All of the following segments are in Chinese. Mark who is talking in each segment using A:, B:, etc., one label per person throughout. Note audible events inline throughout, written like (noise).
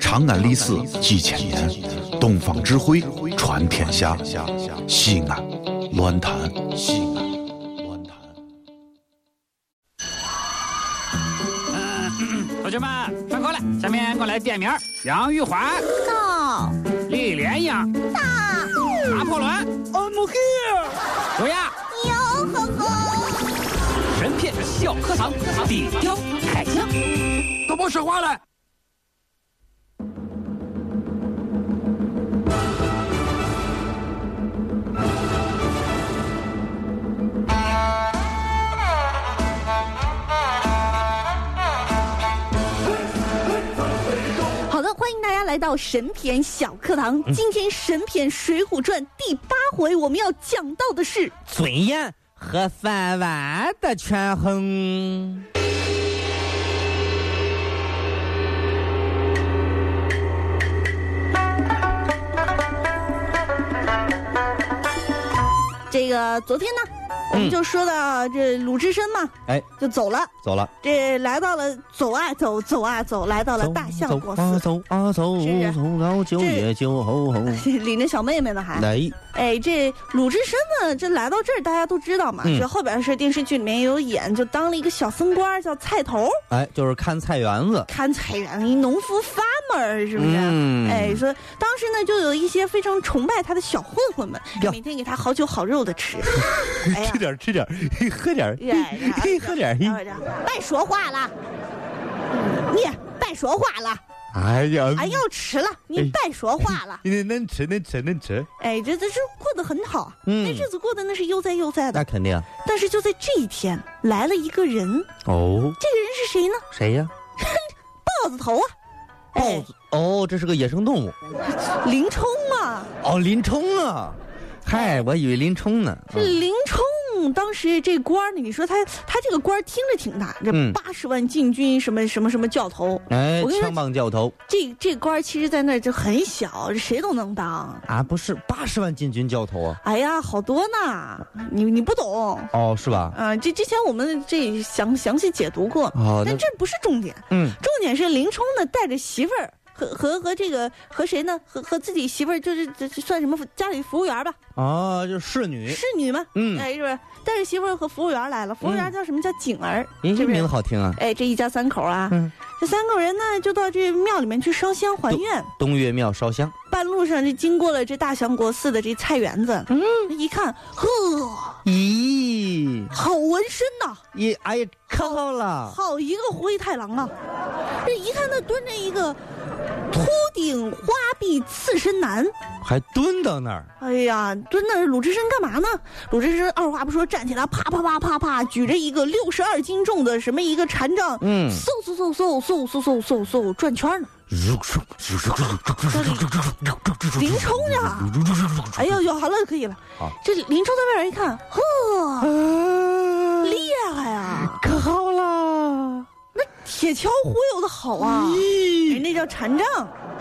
A: 长安历史几千年，东方智慧传天下。西安，乱谈西安，乱谈。
B: 同学们上课了，下面我来点名：杨玉环、
C: 到
B: 李莲英、
C: 大
B: 拿破仑、I'm here、卓雅、
C: 牛呵呵，
B: 神片小课堂、底雕开讲，都别说话了。
C: 好的，欢迎大家来到神篇小课堂。
D: 嗯
C: 今天神篇《水浒传》第八回，我们要讲到的是
D: 尊严和饭碗的权衡。
C: 这个昨天呢，
D: 嗯
C: 我们就说到这鲁智深嘛，
D: 哎，
C: 就走了，
D: 走了，
C: 这来到了走啊走走啊走，来到了
D: 走
C: 大
D: 走
C: 相国
D: 啊
C: 寺，
D: 走啊走，
C: 是是
D: 从老酒
C: 这
D: 也酒吼吼。
C: (laughs) 领着小妹妹呢还。
D: 来，
C: 哎，这鲁智深呢，这来到这儿，大家都知道嘛，
D: 嗯
C: 这后边是电视剧里面也有演，就当了一个小僧官儿，叫菜头儿，
D: 哎，就是看菜园子，
C: 看菜园，一农夫 farmer 是不是？
D: 嗯
C: 哎，说当时呢，就有一些非常崇拜他的小混混们，
D: 哟
C: 每天给他好酒好肉的
D: (laughs)
C: 吃。哎呀哎
D: 吃，点儿吃点儿，嘿喝点儿，
C: 呀
D: (laughs) 嘿
C: 哎呀
D: 嘿喝点儿。嘿
C: 待会儿待会儿别说话了，你别说话了，
D: 哎呀，
C: 哎，要迟了，你
D: 哎
C: 别说话了。
D: 你能吃能吃能吃，
C: 哎，这这这过得很好，
D: 嗯
C: 那日子过得那是啊悠哉悠哉的
D: 那。肯定。
C: 但是就在这一天，来了一个人，
D: 哦，
C: 这个人是谁呢？
D: 谁呀？
C: 豹子头啊，
D: 豹
C: 哎，
D: 子。哦，这是个野生动物。
C: 林冲啊，
D: 哦，林冲啊！嗨，我以为林冲呢。
C: 这林冲当时这官儿呢，你说他他这个官儿听着挺大，这
D: 嗯
C: 八十万禁军什么什么什么教头，
D: 哎
C: 我跟，你说
D: 枪棒教头
C: 这这官儿其实在那儿就很小，谁都能当。
D: 啊，不是八十万禁军教头啊？
C: 哎呀，好多呢，你你不懂。
D: 哦，是吧？
C: 嗯、这之前我们这详详细解读过，
D: 哦，那
C: 但这不是重点，
D: 嗯，
C: 重点是林冲呢带着媳妇儿和和和这个和谁呢？和和自己媳妇儿就是这这算什么家里服务员吧，
D: 哦，就是侍女，
C: 侍女嘛，
D: 嗯
C: 哎是不是？带着媳妇儿和服务员来了，服务员
D: 嗯
C: 叫什么叫景儿，
D: 您
C: 是
D: 这
C: 不是
D: 名字？好听啊。
C: 哎，这一家三口啊，
D: 嗯
C: 这三口人呢就到这庙里面去烧香还愿。
D: 东岳庙烧香，
C: 半路上就经过了这大相国寺的这菜园子，嗯，一看，呵，
D: 咦，
C: 好纹身呐、
D: 一哎呀，看到了，
C: 好一个胡一太郎啊！这一看他蹲着一个秃顶花臂刺身男，
D: 还蹲到那儿，
C: 哎呀，蹲那儿鲁智深干嘛呢？鲁智深二话不说站起来，啪啪啪啪啪，举着一个六十二斤重的什么一个禅杖，
D: 嗯
C: 嗖嗖嗖嗖嗖嗖嗖嗖嗖转圈
D: (laughs)
C: 呢。林冲呀，哎呦呦，好了，可以了
D: 好。
C: 这林冲在外边一看，呵，
D: 啊，
C: 厉害呀，
D: 可好了，
C: 铁锹忽悠的好啊，人
D: 咦，
C: 那叫禅杖，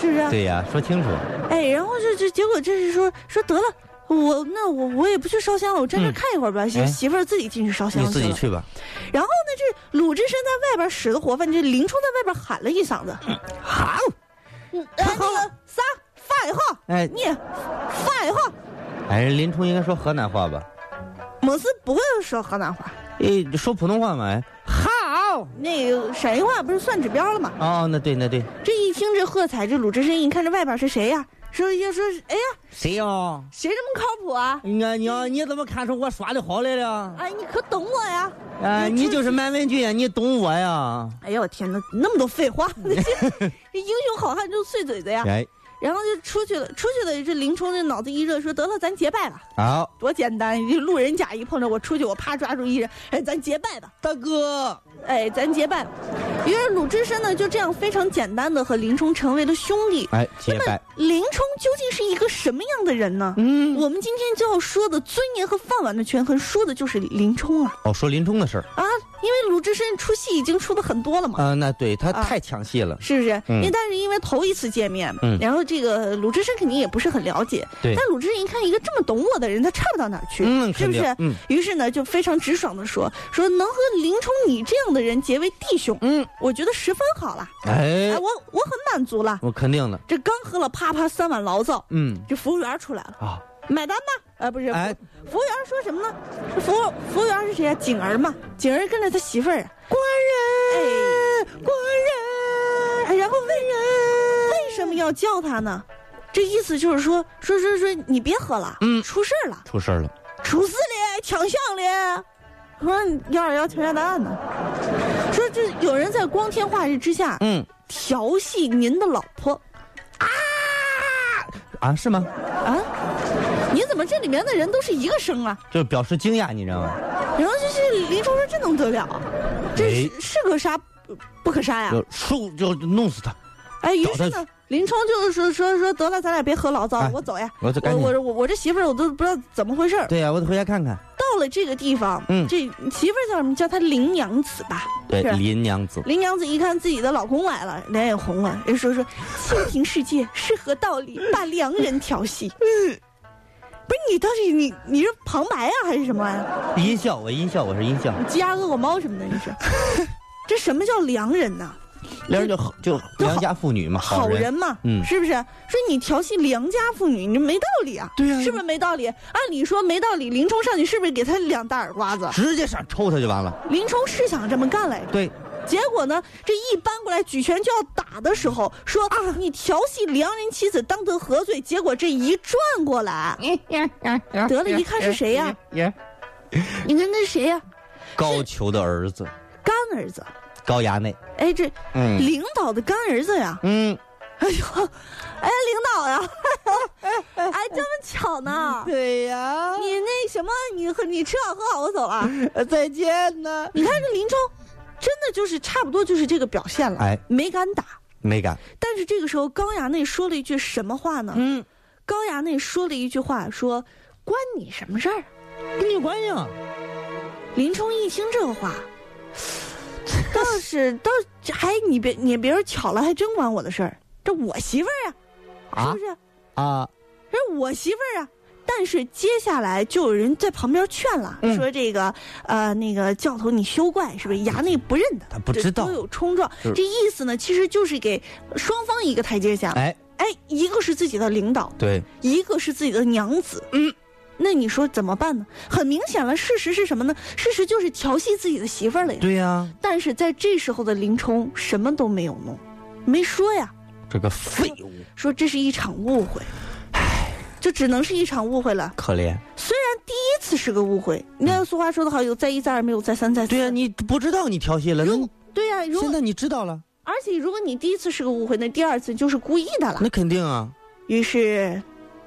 C: 是不是？
D: 对呀，说清楚，
C: 哎，然后就就结果这是说说得了，我那我我也不去烧香了，我站这儿
D: 嗯
C: 看一会儿吧。媳、
D: 哎
C: 媳妇儿自己进去烧香
D: 你
C: 去
D: 自己
C: 了。
D: 去吧，
C: 然后呢，这鲁智深在外边使的活泛，这林冲在外边喊了一嗓子：“
D: 好，
C: 嗯呃，那个啥，废话，
D: 哎
C: 你废话，
D: 哎，林冲应该说河南话吧？
C: 我是不会说河南话，
D: 哎，说普通话嘛，哎，好，
C: 那个陕西话不是算指标了吗？
D: 哦，那对那对，
C: 这一听这喝彩，这鲁智深一看这外边是谁呀、说要说，哎呀，
D: 谁呀？
C: 谁这么靠谱啊？
D: 俺娘，你怎么看出我耍的好来了？
C: 哎，你可懂我呀？
D: 哎，你就是满文军呀，啊你懂我呀？
C: 哎呦我天哪，那么多废话！这
D: (laughs)
C: 这英雄好汉就是碎嘴子呀。
D: 哎，
C: 然后就出去了，出去了。这林冲这脑子一热，说得了，咱结拜吧，
D: 好。
C: 多简单！这路人甲一碰着我出去，我啪抓住一人，哎，咱结拜吧，
D: 大哥，
C: 哎，咱结拜吧。于是鲁智深呢，就这样非常简单的和林冲成为了兄弟。
D: 哎，结
C: 那么
D: 拜，
C: 林冲究竟是一个什么样的人呢？
D: 嗯，
C: 我们今天就要说的尊严和饭碗的权衡，说的就是林冲啊
D: 哦，说林冲的事儿，
C: 啊！因为鲁智深出戏已经出的很多了嘛，
D: 啊，那对他
C: 啊
D: 太抢戏了，
C: 是不是？
D: 嗯
C: 因为但是因为头一次见面，
D: 嗯
C: 然后这个鲁智深肯定也不是很了解，
D: 对
C: 但鲁智深一看一个这么懂我的人，他差不到哪儿去，
D: 嗯
C: 是不
D: 肯
C: 是
D: 定？嗯
C: 于是呢，就非常直爽的说，说能和林冲你这样的人结为弟兄，
D: 嗯，
C: 我觉得十分好了，
D: 哎
C: 哎，，我我很满足了。
D: 我肯定了，
C: 这刚喝了啪啪三碗醪糟，
D: 嗯
C: 这服务员出来了，
D: 啊，
C: 买单吧。呃，不是，
D: 哎
C: 服务员说什么呢？这服务服务员是谁啊？景儿嘛，景儿跟着他媳妇儿啊，官人，哎，官人，哎，然后问人为什么要叫他呢？这意思就是说，说说说你别喝了，
D: 嗯
C: 出事儿了，
D: 出事儿了，
C: 出事了，抢项了。我说幺二幺敲诈案呢，说这有人在光天化日之下
D: 嗯
C: 调戏您的老婆
D: 啊，是吗？
C: 啊？你怎么这里面的人都是一个声啊？
D: 就表示惊讶，你知道吗？
C: 然后就是林冲说：“这能得了？啊这是、是个杀不不可杀呀
D: 就树就弄死他，！”
C: 哎，于
D: 找
C: 是
D: 他
C: 呢，林冲就是说说说得了，咱俩别喝老糟，
D: 哎
C: 我走呀！
D: 我
C: 我
D: 就赶紧，
C: 我我我这媳妇儿我都不知道怎么回事儿。
D: 对呀，我得回家看看。
C: 到了这个地方，
D: 嗯
C: 这媳妇儿叫什么？叫她林娘子吧。
D: 对
C: 是，
D: 林娘子，
C: 林娘子一看自己的老公来了，脸也红了，人说说：“清平世界 (laughs) 是何道理？把良人调戏。”嗯，不是你倒是你你是旁白啊还是什么玩意儿？
D: 音效，我音效，我是音效，
C: 鸡鸭鹅狗猫什么的，你是？这什么叫良人呐？
D: 梁就就良家妇女嘛，
C: 好
D: 人，
C: 人嘛，
D: 嗯
C: 是不是？说你调戏良家妇女，你这没道理啊，
D: 对呀
C: 是不是没道理？按理说没道理，林冲上去是不是给他两大耳刮子？
D: 直接上抽他就完了。
C: 林冲是想这么干来着，
D: 对，
C: 结果呢，这一搬过来举拳就要打的时候，说啊，你调戏良人妻子，当得何罪？结果这一转过来， (laughs) 得了，一看是谁呀、你看那是谁呀、
D: 高俅的儿子
C: 干儿子，
D: 高衙内，
C: 哎，这
D: 嗯
C: 领导的干儿子呀，
D: 嗯，
C: 哎，领导呀， (laughs) 哎，这么巧呢？
D: 嗯对呀，呃
C: 你那什么，你喝你吃好喝好，我走了。
D: 再见呢。
C: 你看这林冲，真的就是差不多就是这个表现了，
D: 哎
C: 没敢打。
D: 没敢，
C: 但是这个时候，高衙内说了一句什么话呢？
D: 嗯，
C: 高衙内说了一句话，说：“关你什么事儿
D: 跟你有关系啊。？”
C: 林冲一听这
D: (laughs)
C: 话，倒是倒是还你别你别说巧了，还真管我的事儿，这我媳妇儿呀、是
D: 啊
C: 不是？
D: 啊，
C: 这我媳妇儿啊。但是接下来就有人在旁边劝了，
D: 嗯
C: 说这个呃那个教头你休怪是不是？衙内不认得，
D: 他不知道
C: 这都有冲撞。
D: 就是
C: 这意思呢，其实就是给双方一个台阶下。
D: 哎，
C: 哎，一个是自己的领导，
D: 对，
C: 一个是自己的娘子。
D: 嗯，
C: 那你说怎么办呢？很明显了，事实是什么呢？事实就是调戏自己的媳妇儿了呀。
D: 对呀，
C: 但是在这时候的林冲什么都没有弄，没说呀。
D: 这个废物，
C: 说这是一场误会，就只能是一场误会了。
D: 可怜。
C: 虽然第一次是个误会，你看俗话说得好，有再一再二，没有再三再四。
D: 嗯对呀，你不知道你调戏了，那
C: 如
D: 你
C: 对呀、如
D: 现
C: 果
D: 在你知道了，
C: 而且如果你第一次是个误会，那第二次就是故意的了。
D: 那肯定啊。
C: 于是，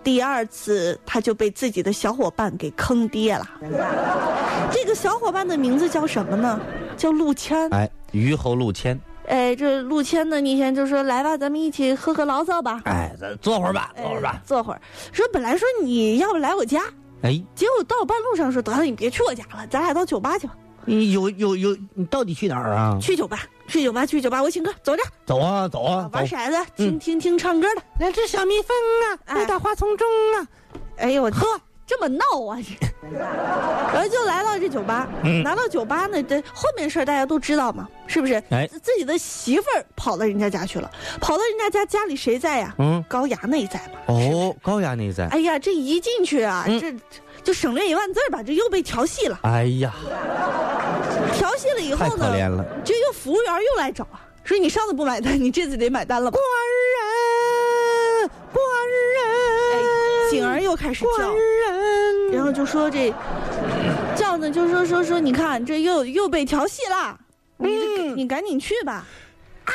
C: 第二次他就被自己的小伙伴给坑爹了。
D: (laughs)
C: 这个小伙伴的名字叫什么呢？叫陆谦。
D: 哎，虞侯陆谦，
C: 哎，这陆谦呢，那天就说来吧，咱们一起喝个醪糟吧。
D: 哎，咱坐会儿吧，坐会儿
C: 哎
D: 吧。，
C: 坐会儿。说本来说你要不来我家，
D: 哎，
C: 结果到半路上说：“得了，你别去我家了，咱俩到酒吧去吧。
D: 你有有有，你到底去哪儿啊？
C: 去酒吧，去酒吧，去酒吧，我请客，走着，
D: 走啊走啊，
C: 玩
D: 走
C: 骰子，听听听唱歌的。
D: 两只小蜜蜂啊，
C: 哎
D: 飞到花丛中啊。
C: 哎呦我呵，这么闹啊！这
D: (laughs)
C: 然后就来到这酒吧，
D: 嗯
C: 拿到酒吧呢，这后面事儿大家都知道嘛，是不是？
D: 哎
C: 自自己的媳妇儿跑到人家家去了，跑到人家家，家里谁在呀？
D: 嗯，
C: 高衙内在嘛？
D: 哦，高衙内在。
C: 哎呀，这一进去啊，
D: 嗯
C: 这就省略一万字儿吧，这又被调戏了。
D: 哎呀，
C: 调戏了以
D: 太
C: 后
D: 可
C: 呢，
D: 怜了。
C: 这又服务员又来找啊，说你上次不买单，你这次得买单了吧？官人，官人，景哎儿又开始叫，然后就说这叫呢，就说说说，你看这又又被调戏啦，你这你赶紧去吧，啊，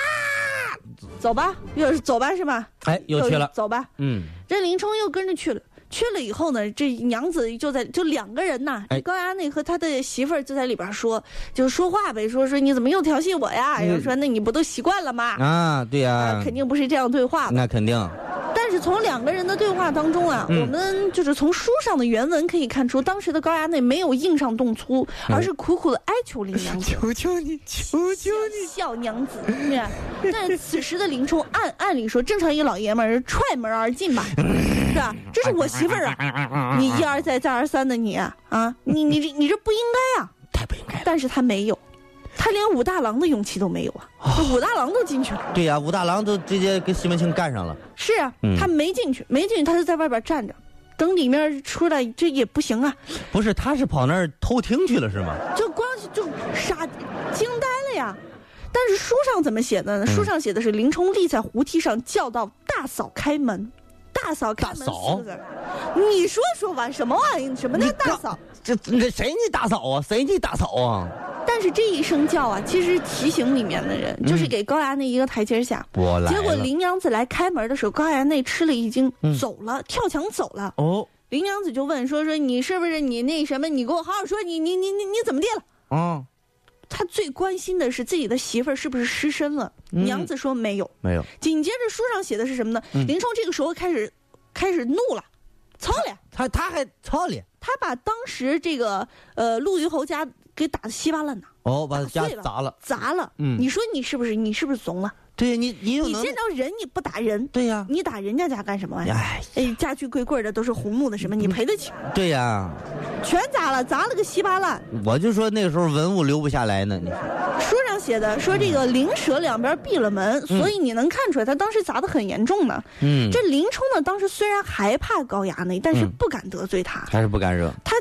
C: 走吧，又是走吧是吧？
D: 哎，又去了。
C: 走吧。
D: 嗯，
C: 这林冲又跟着去了。去了以后呢，这娘子就在就两个人呐，
D: 哎
C: 高衙内和他的媳妇儿就在里边说，就说话呗，说说你怎么又调戏我呀？然后说那你不都习惯了吗？
D: 嗯啊，对呀，
C: 啊肯定不是这样对话的。
D: 那肯定。
C: 但是是从两个人的对话当中啊，
D: 嗯
C: 我们就是从书上的原文可以看出，当时的高衙内没有硬上动粗，而是苦苦的哀求林娘子。
D: 嗯 (laughs) 求求你，求求你！
C: 小娘子，对吧但此时的林冲按按理说，正常一老爷们儿踹门而进
D: (laughs)
C: 吧，是吧？这是我媳妇儿啊，
D: 啊
C: 你一而再再而三的你啊，你你这你这不应该啊！
D: 太不应该了。
C: 但是他没有，他连武大郎的勇气都没有啊！
D: 哦
C: 这武大郎都进去了，
D: 对呀、武大郎都直接跟西门庆干上了。
C: 是啊
D: 嗯，
C: 他没进去，没进去，他就在外边站着，等里面出来，这也不行啊，
D: 不是，他是跑那儿偷听去了是吗？
C: 就光就傻惊呆了呀！但是书上怎么写的呢？
D: 嗯
C: 书上写的是林冲立在胡梯上叫道：“大嫂开门，大嫂开门。”
D: 大嫂
C: 四个字儿，你说说吧，什么玩意？什么叫大嫂？
D: 这这谁你打扫啊？谁你打扫啊？
C: 但是这一声叫啊，其实提醒里面的人，就是给高衙内一个台阶下。
D: 我嗯来了。
C: 结果林娘子来开门的时候，高衙内吃了一惊，
D: 嗯
C: 走了，跳墙走了。
D: 哦
C: 林娘子就问说：“说你是不是你那什么？你给我好好说，你你你你你怎么地了
D: 啊，？”
C: 他最关心的是自己的媳妇儿是不是失身了。
D: 嗯
C: 娘子说没有。
D: 没有，
C: 紧接着书上写的是什么呢？
D: 嗯
C: 林冲这个时候开始开始怒了，操了呀！
D: 他他还操了。
C: 他把当时这个呃陆虞侯家给打得稀巴烂呐，
D: 哦，把他家
C: 啊碎了
D: 砸了。
C: 砸了。
D: 嗯
C: 你说你是不是你是不是怂了？
D: 对呀，你你又
C: 你
D: 能
C: 见着人你不打人，
D: 对呀，
C: 你打人家家干什么玩意儿？
D: 哎，
C: 哎，家具柜柜的都是红木的，什么你赔得起？
D: 对呀，
C: 全砸了，砸了个稀巴烂。
D: 我就说那个时候文物留不下来呢。你说
C: 书上写的说这个
D: 嗯
C: 灵蛇两边闭了门，所以你能看出来他当时砸得很严重呢。
D: 嗯，
C: 这林冲呢，当时虽然害怕高衙内，但是
D: 嗯
C: 不敢得罪他，
D: 还是不敢惹。
C: 他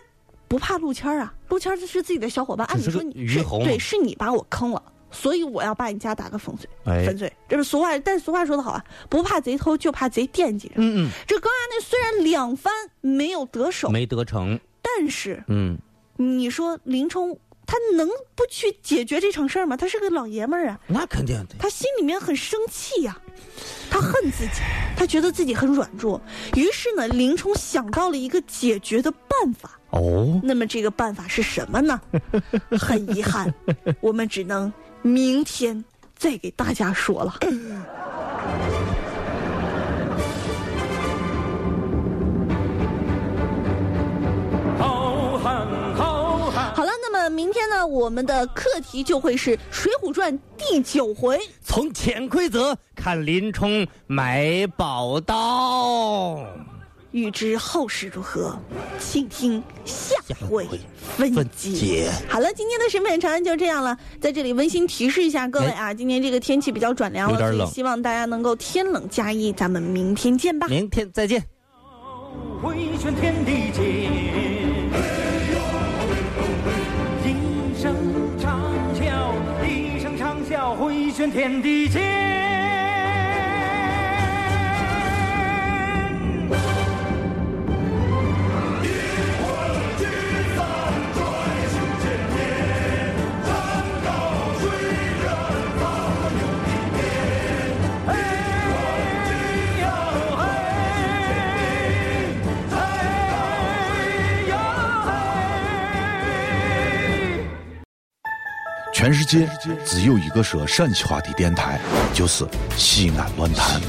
C: 不怕陆谦儿啊，陆谦儿是自己的小伙伴，按
D: 只
C: 理
D: 是个
C: 说你
D: 虞侯嘛
C: 对，是你把我坑了。所以我要把你家打个粉碎，
D: 哎
C: 粉碎，这是俗话。但俗话说得好啊，不怕贼偷，就怕贼惦记着。
D: 嗯
C: 这高衙内虽然两番没有得手
D: 嗯，，没得逞。
C: 但是
D: 嗯，
C: 你说林冲他能不去解决这场事儿吗？他是个老爷们儿啊，
D: 那肯定的。
C: 他心里面很生气呀、他恨自己，他觉得自己很软弱。于是呢，林冲想到了一个解决的办法。
D: 哦，
C: 那么这个办法是什么呢？很遗憾，我们只能明天再给大家说了。
B: 好汉好汉，
C: 好了，那么明天呢，我们的课题就会是《水浒传》第九回。
D: 从潜规则看林冲买宝刀。
C: 欲知后事如何，请听下回分
D: 分
C: 解。
D: 解。
C: 好了，今天的审美长安就这样了。在这里温馨提示一下各位啊，今天这个天气比较转凉
D: 哎
C: 了，
D: 有点
C: 所以
D: 冷
C: 希望大家能够天冷加衣。咱们明天见吧。
D: 明天再见。
B: 回旋天地间。一声长啸，一声长啸，回旋天地间。
A: 全世界只有一个说陕西话的电台，就是西安乱坛。